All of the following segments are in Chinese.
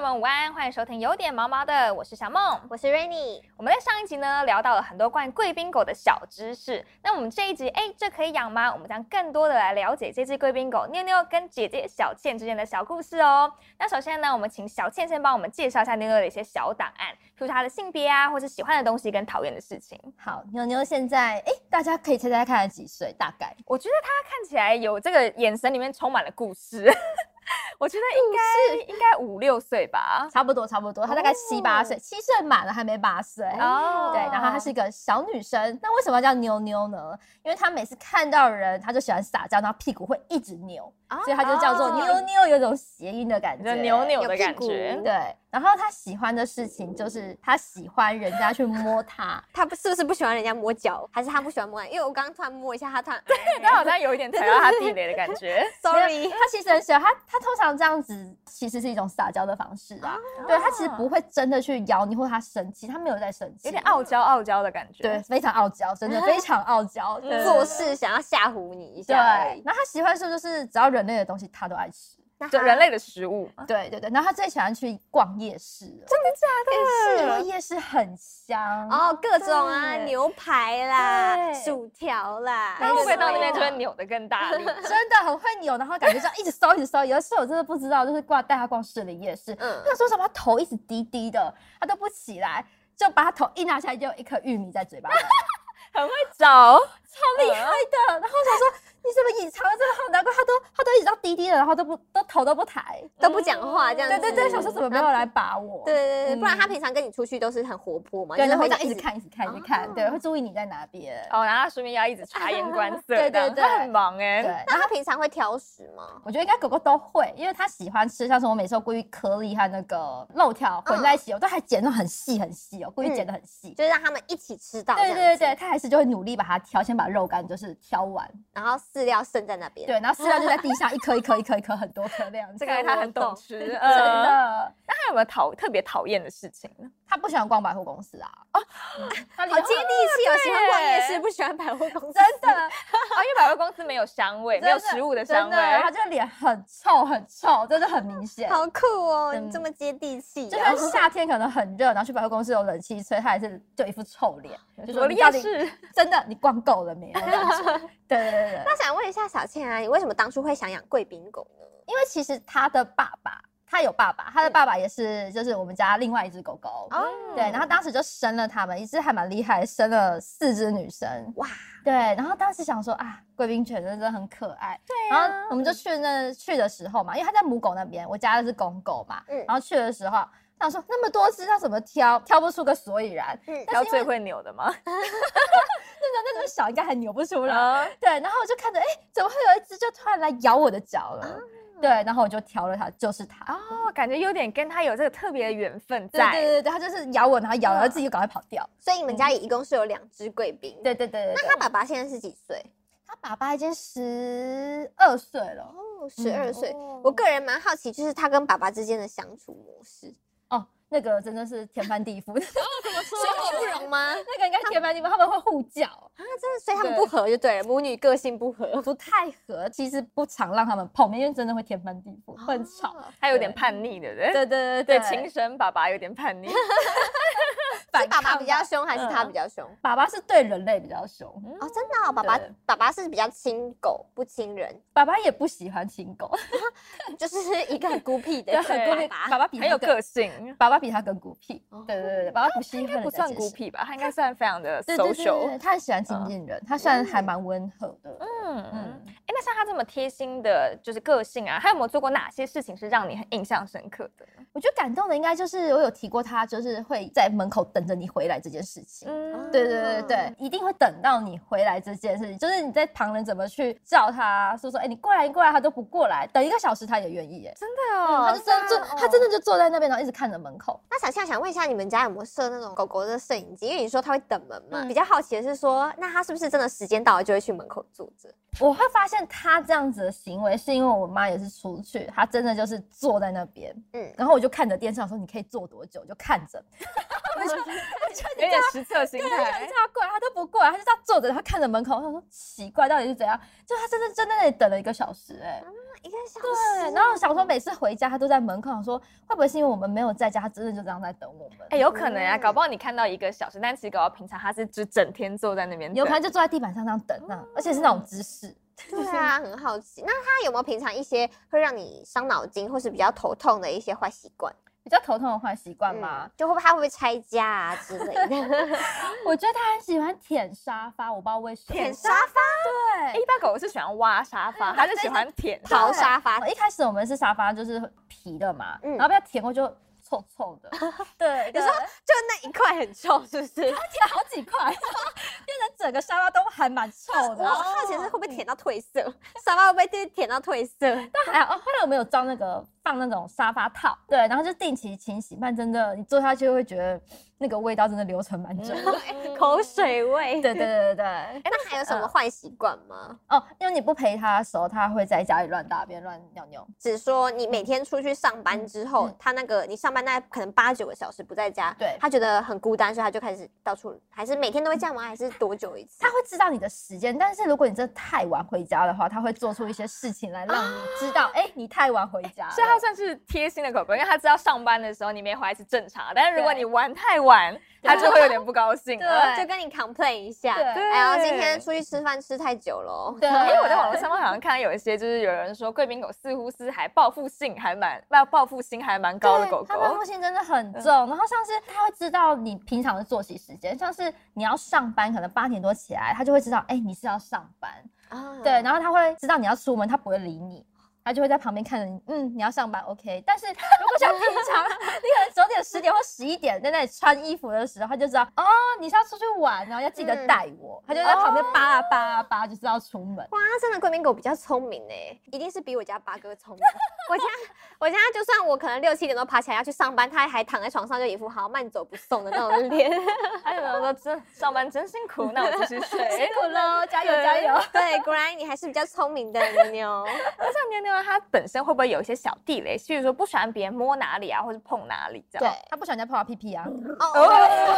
们午安，欢迎收听有点毛毛的，我是小梦。我是 Rainy，我们在上一集呢聊到了很多关于贵宾狗的小知识，那我们这一集，哎，这可以养吗？我们将更多的来了解这只贵宾狗妞妞跟姐姐小倩之间的小故事哦。那首先呢，我们请小倩先帮我们介绍一下妞妞的一些小档案，譬如她的性别啊，或是喜欢的东西跟讨厌的事情。好，妞妞现在哎，大家可以猜猜看她几岁？大概我觉得她看起来有这个眼神里面充满了故事， 我觉得应该应该五六岁吧。差不多，差不多，她大概七八岁，七岁满了还没八岁。哦对，然后她是个小女生，那为什么要叫妞妞呢？因为她每次看到人，她就喜欢撒娇，然后屁股会一直扭，所以她就叫做哦妞妞，有种谐音的感你觉，的扭扭有的屁感股觉对，然后她喜欢的事情就是她喜欢人家去摸她，他不是不是不喜欢人家摸脚，还是他不喜欢摸？因为我刚刚突然摸一下他，突然但好像有一点踩到她地雷的感觉。 sorry， 他其实很喜欢他，他通常这样子其实是一种撒娇的方式啊。哦对他其实不会真的去咬你或他生气，他没有在生气，有点傲娇傲娇的感觉。对，，非常傲娇，真的非常傲娇，对 嗯做事想要吓唬你一对下而已。，那他喜欢吃就是只要人类的东西他都爱吃。那就他人类的食物嘛。对对对，然后他最喜欢去逛夜市了，真嗯因为夜市很香哦。哦，各种啊，对牛排啦，对薯条啦，那会不会到那边就会对扭得更大力？真的 很会扭，然后感觉这样一直搜一直搜。有一次我真的不知道，就是挂带他逛士林夜市，嗯那时候什么头一直低低的，他都不起来，就把他头一拿下来就有一颗玉米在嘴巴里。很会找，嗯好厉害的。然后我想说，你怎么隐藏的这么好？难怪他都他都一直到低低的，然后都不都头都不抬。都不讲话这样对子？嗯对对，想说怎么没有来把我？嗯对对对，不嗯然他平常跟你出去都是很活泼嘛，对，就是然后会这样一直看一直看一直看，对，会注意你在哪边。哦，然后他顺便要一直察言观色， 对对这样对他很忙对，哎。然那后他平常会挑食吗？我觉得应该狗狗都会，因为它喜欢吃，像是我每次都故意颗粒和那个肉条混在一起，我都还剪那种很细很细哦，故意剪得很细。就是让他们一起吃到，对对对对，，它还是就会努力把它挑，先把肉干就是挑完，然后饲料剩在那边。对，然后饲料就在地上一颗一颗一颗一颗很多颗那样子。这个他很我懂懂吃，真 真。的。那他有没有讨特别讨厌的事情呢？ 他不喜欢逛百货公司啊。哦，他好接地气哦，喜欢逛夜对市，不喜欢百货公司。真的，啊，因为百货公司没有香味，没有真的食物的香真味的，。他这脸很臭，很臭，真的很明显。 好酷哦，嗯你这么接地气、哦。就算夏天可能很热，然后去百货公司有冷气吹，他还是就一副臭脸，就我说的你夜到底市，真的你逛够了没有？那 种感觉对对对对，那想问一下小倩啊，你为什么当初会想养贵宾狗呢？因为其实他的爸爸，他有爸爸，他的爸爸也是就是我们家另外一只狗狗。哦嗯对，然后当时就生了他们，一只还蛮厉害，生了四只女生。哇，对，然后当时想说啊，贵宾犬真的很可爱。对、啊然后我们就去那去的时候嘛，因为它在母狗那边，我家的是公狗嘛。嗯然后去的时候，想说那么多只，它怎么挑？挑不出个所以然。嗯，然后最会扭的 吗？那那么小，应该还扭不出来。啊，嗯对，然后我就看着，哎，怎么会有一只就突然来咬我的脚了？对，然后我就挑了它，就是它。哦，感觉有点跟他有这个特别的缘分对对在。对对，它就是咬我，然后咬，然后自己就赶快跑掉。所以你们家里一共是有两只贵宾。。对对对对那对。他爸爸现在是几岁？它爸爸已经十二岁了。哦，十二岁。哦我个人蛮好奇，就是他跟爸爸之间的相处模式， 哦，那个真的 是天翻地覆，那相处不容吗？啊，个应该天翻地覆，他们会互叫。真的，所以他们不合就对了，母女个性不合。不太合，其实不常让他们碰面，因为真的会天翻地覆，会哦很吵。他有点叛逆，对不对？对对 对，亲生爸爸有点叛 逆。反是爸爸抗比较吧凶还是他嗯比较凶？爸爸是对人类比较凶，哦，真的哦，爸爸对爸爸是比较亲狗不亲人，爸爸也不喜欢亲狗，就是一个很孤僻的对，很孤僻。爸爸爸。爸比很他有更个性，爸爸比他更孤僻哦。对对 对对，爸爸不是应他不算孤。僻吧？他应该算非常的 对对对对 social 对，。他很喜欢亲近人，他虽然还蛮温和的。嗯嗯嗯，，哎，那像他这么贴心的，就是个性啊，他有没有做过哪些事情是让你很印象深刻的呢？我觉得感动的应该就是我有提过他，就是会在门口等着你回来这件事情。嗯， 对对对对对哦，一定会等到你回来这件事情，就是你在旁人怎么去叫他，说说，哎、你过来，你过来，他都不过来，等一个小时他也愿意，哎、真的哦，他就真的坐，他真的就坐在那边，然后一直看着门口。那小倩想问一下，你们家有没有设那种狗狗的摄影机？因为你说它会等门嘛，比较好奇的是说，那它是不是真的时间到了就会去门口坐着？我会发现他这样子的行为，是因为我妈也是出去，她真的就是坐在那边，嗯，然后我就就看着电视上说你可以坐多哎久，就看着。 有点实测心对，他就态叫。他过来，他都不过来，他就这样坐着，他看着门口，他说奇怪，到底是怎样？就他真的在那里等了一个小时、哎、一个小对。时，然后想说每次回家他都在门口，想说会不会是因为我们没有在家，他真的就这样在等我们？哎、有可能啊，嗯搞不好你看到一个小时，但其实搞不好平常他是就整天坐在那边等，有可能就坐在地板上这样等那、而且是那种哦姿势。对啊，很好奇。那他有没有平常一些会让你伤脑筋或是比较头痛的一些坏习惯？比较头痛的坏习惯嘛嗯，，就会不会他会不会拆家啊之类 的？我觉得他很喜欢舔沙发，我不知道为什么。舔沙发、对，哎一般狗是喜欢挖沙 发，它是喜欢舔的。刨沙发，一开始我们是沙发就是皮的嘛，嗯然后被它舔过就臭臭 的，对，你说就那一块很臭，是不 是？舔好几块， 变成整个沙发都还蛮臭我的。好奇是会不会舔到褪色， 沙发会不会舔到褪色？ 哎呀，哦，后来我们有装那个放那种沙发套，对，然后就定期清洗，不然真的你坐下去会觉得那个味道真的留存蛮 久的。 口水味。对对对对对，那还有什么坏习惯吗？哦，因为你不陪它的时候，它会在家里乱大便、乱尿尿。只说你每天出去上班之后，他那个你上班大概可能八九个小时不在家，对他觉得很孤单，所以他就开始到处，还是每天都会这样吗？还是多久一次它？会知道你的时间，但是如果你真的太晚回家的话，它会做出一些事情来让你知道，哎、你太晚回家了。啊 所以它算是贴心的狗狗，因为它知道上班的时候你没回来是正常的，但是如果对你玩太晚，它就会有点不高兴了。对就跟你 complain 一下，对然后今天出去吃饭吃太久了哦， 对，因为哎我在网络上面好像看到有一些，就是有人说贵宾狗似乎是还报复性还蛮，报报复心还蛮高的对狗嗯它报狗复。心真的很重。然后像是它会知道你平常的作息时间，像是你要上班，可能八点多起来，它就会知道，哎、你是要上班。啊对，然后它会知道你要出门，它不会理你。它就会在旁边看着你，嗯，你要上班，OK。但是如果像平 常，你可能九点、十点或十一点在那里穿衣服的时候，它就知道，哦，你是要出去玩哦，要记得嗯哦带我。它就在旁边扒啊扒啊扒，就是要出门。哇，真的贵宾狗比较聪明呢，一定是比我家八哥聪明。 我家我家就算我可能六七点钟爬起来要去上班，它还躺在床上就一副好慢走不送的那种 脸。还有人哎说真上班真辛苦， 那我继续睡。辛苦喽，加油加油！对，果然你还是比较聪明的妞 哦妞。像妞妞啊它本身会不会有一些小地雷，譬如说不喜欢别人摸哪里啊，或是碰哪里这对样？，他不喜欢人家碰他屁屁啊。哦，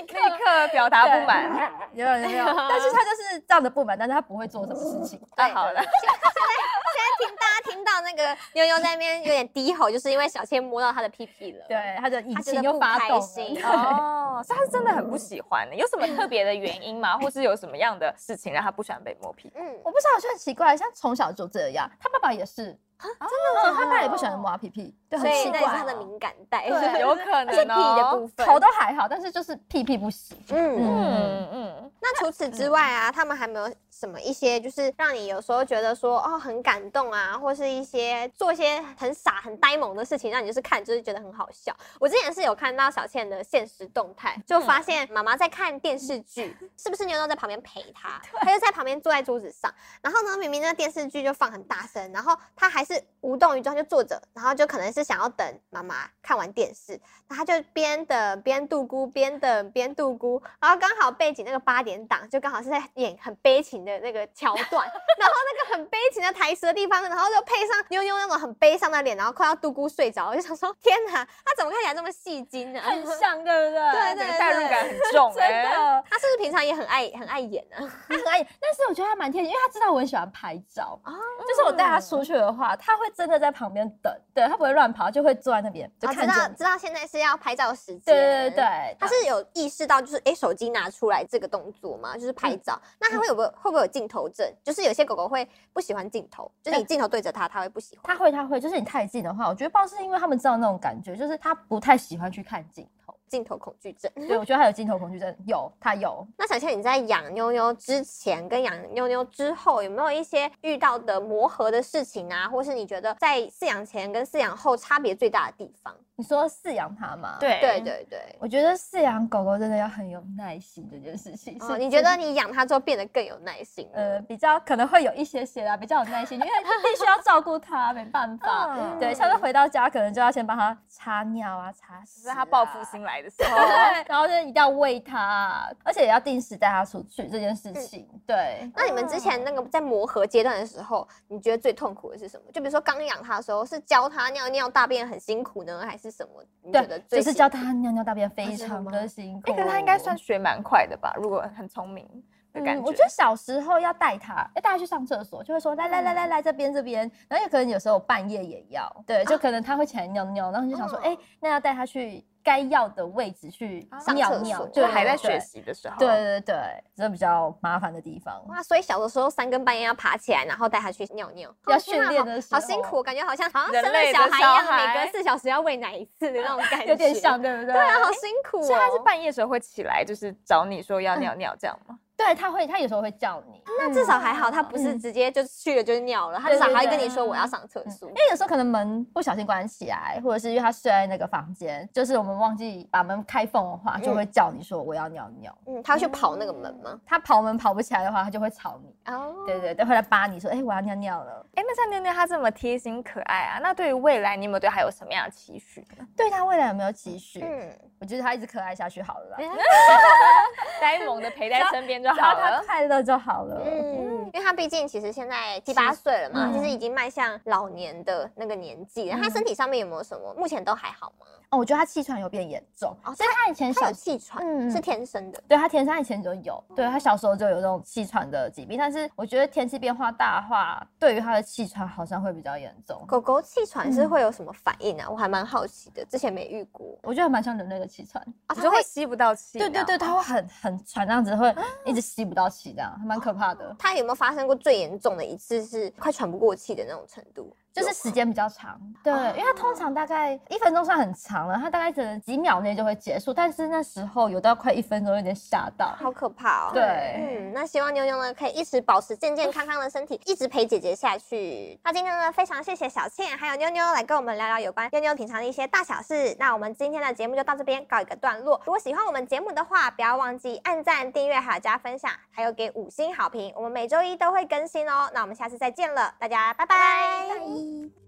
立刻表达不满。 有有有有， 但是他就是这样的不满，但是他不会做什么事情。太好了，现在听大家听到那个妞妞在那边有点低吼，就是因为小倩摸到她的屁屁了。，对，他的引他觉擎得又不发开动心了。 哦，所以他是真的很不喜欢的，有什么特别的原因吗？或是有什么样的事情让他不喜欢被摸屁股？嗯，我不知道，我觉得很奇怪，像从小就这样，他爸爸也是，真嗯的，他爸也不喜欢摸他啊屁屁，对，哦所很以奇那怪啊也是她的敏感带，对有可是能屁的哦部。分。头都还好，但是就是屁屁不行。 嗯，嗯嗯，那除此之外啊，他们还没有什么一些，就是让你有时候觉得说哦很感动啊，或是一些做一些很傻很呆萌的事情，让你就是看就是觉得很好笑。我之前是有看到小倩的现实动嗯态，就发现妈妈在看电视剧，是不是妞妞在旁边陪她？她就在旁边坐在桌子上，然后呢，明明那电视剧就放很大声，然后她还是无动于衷就坐着，然后就可能是想要等妈妈看完电视，然后他就边等边度咕，边等边度咕，然后刚好背景那个八点档就刚好是在演很悲情的那个桥 段，然后那个很悲情的台词的地方，然后就配上妞妞那种很悲伤的脸，然后快要度咕睡着，我就想说天哪，他怎么看起来这么戏精 啊？很像，对不对？对这个代入感很重 真哎。的，他是不是平常也很爱很爱演啊？他很爱，但欸是我觉得他蛮贴心，因为他知道我很喜欢拍照。哦嗯就是我带他哦出去的话，他会真的在旁边等，对他不会乱跑，就会坐在那边就啊看知着道你。知道现在是要拍照时间，对对对对，他是有意识到，就是哎、诶手机拿出来这个动作嘛，就是嗯拍照。那他会有没有会不会有镜头症？就是有些狗狗会不喜欢镜头，就是你镜头对着它，它会不喜欢。他会，他会，就是你太近的话，我觉得不知道是因为他们知道那种感觉，就是他不太喜欢去看镜头。镜头恐惧症。对，我觉得他有镜头恐惧症，有，他有。那小倩，你在养妞妞之前跟养妞妞之后，有没有一些遇到的磨合的事情啊，或是你觉得在饲养前跟饲养后差别最大的地方？你说饲养它吗？，对对。对对。我觉得饲养狗狗真的要很有耐心这件事情。哦，是你真觉得你养它之后变得更有耐心呃了？比较可能会有一些些啦，比较有耐心，因为必须要照顾它， 没办法。嗯对，像是回到家可能就要先帮它擦尿啊、擦屎、是哦他报复心。来来的时候，然后就一定要喂它，而且也要定时带它出去这件事嗯情。对，那你们之前那个在磨合阶段的时候，你觉得最痛苦的是什么？就比如说刚养它的时候，是教它尿尿、大便很辛苦呢，还是什么？你觉得对，最就是辛教苦它尿尿大便啊非真的常吗的辛苦。哎，可是他应该算学蛮快的吧？如果很聪明的感嗯，觉，我觉得小时候要带他，要带他去上厕所，就会说来来来嗯来来这边这边，然后也可能有时候半夜也要，对，就可能他会起来尿尿，然后你就想说，啊哦哎、那要带他去该要的位置去啊尿哦上厕尿，所就对还在对学习的时候，对对对对，这是比较麻烦的地方。哇，所以小的时候三更半夜要爬起来，然后带它去尿尿，要哦天啊训练的时好候好辛苦，感觉好像好像人生类的了小孩一样，小孩每隔四小时要喂奶一次的那 种感觉，有点像，。对不对？嗯对啊，好辛苦、哦。所以他是半夜的时候会起来，就是找你说要尿尿这样吗？对，他会，他有时候会叫你，那至少还好，他不是嗯直接就去了就尿了，他至对少对还会对嗯跟你说我要上厕所因。为有时候可能门不小心关起来，或者是因为他睡在那个房间，就是我们忘记把门开缝的话，就会叫你说我要尿尿。嗯，他要去跑那个门吗？他跑门跑不起来的话，他就会吵你。哦，对对对，会来扒你说，哎、我要尿尿了。哎，那像妞妞她这么贴心可爱啊，那对于未来你有没有对她有什么样的期许呢？对他未来有没有期许？嗯，我觉得他一直可爱下去好了啦，呆萌的陪在身边就只好要 他了。快乐就好了。嗯，因为他毕竟其实现在七八岁了嘛，嗯其实已经迈向老年的那个年纪了。嗯他身体上面有没有什么？目前都还好吗？哦，我觉得他气喘有变严重，哦所以他以前他小有气喘，嗯是天生的。对他天生他以前就有，对他小时候就有这种气喘的疾病，但是我觉得天气变化大的话，对于他的气喘好像会比较严重。狗狗气喘是嗯会有什么反应啊？我还蛮好奇的，之前没遇过。我觉得蛮像人类的气喘，啊，你它就会吸不到气，对对对，他会很很喘，这样子会一直吸不到气，这样还蛮可怕的。它有没有发生过最严重的一次是快喘不过气的那种程度？就是时间比较长，对，哦因为它通常大概一分钟算很长了，它大概只能几秒内就会结束，但是那时候有到快一分钟，有点吓到有。好可怕哦。对，嗯，那希望妞妞呢可以一直保持健健康康的身体，一直陪姐姐下去。那今天呢，非常谢谢小倩还有妞妞来跟我们聊聊有关妞妞平常的一些大小事。那我们今天的节目就到这边告一个段落。如果喜欢我们节目的话，不要忘记按赞、订阅，还有加分享，还有给五星好评。我们每周一都会更新哦。那我们下次再见了，大家拜拜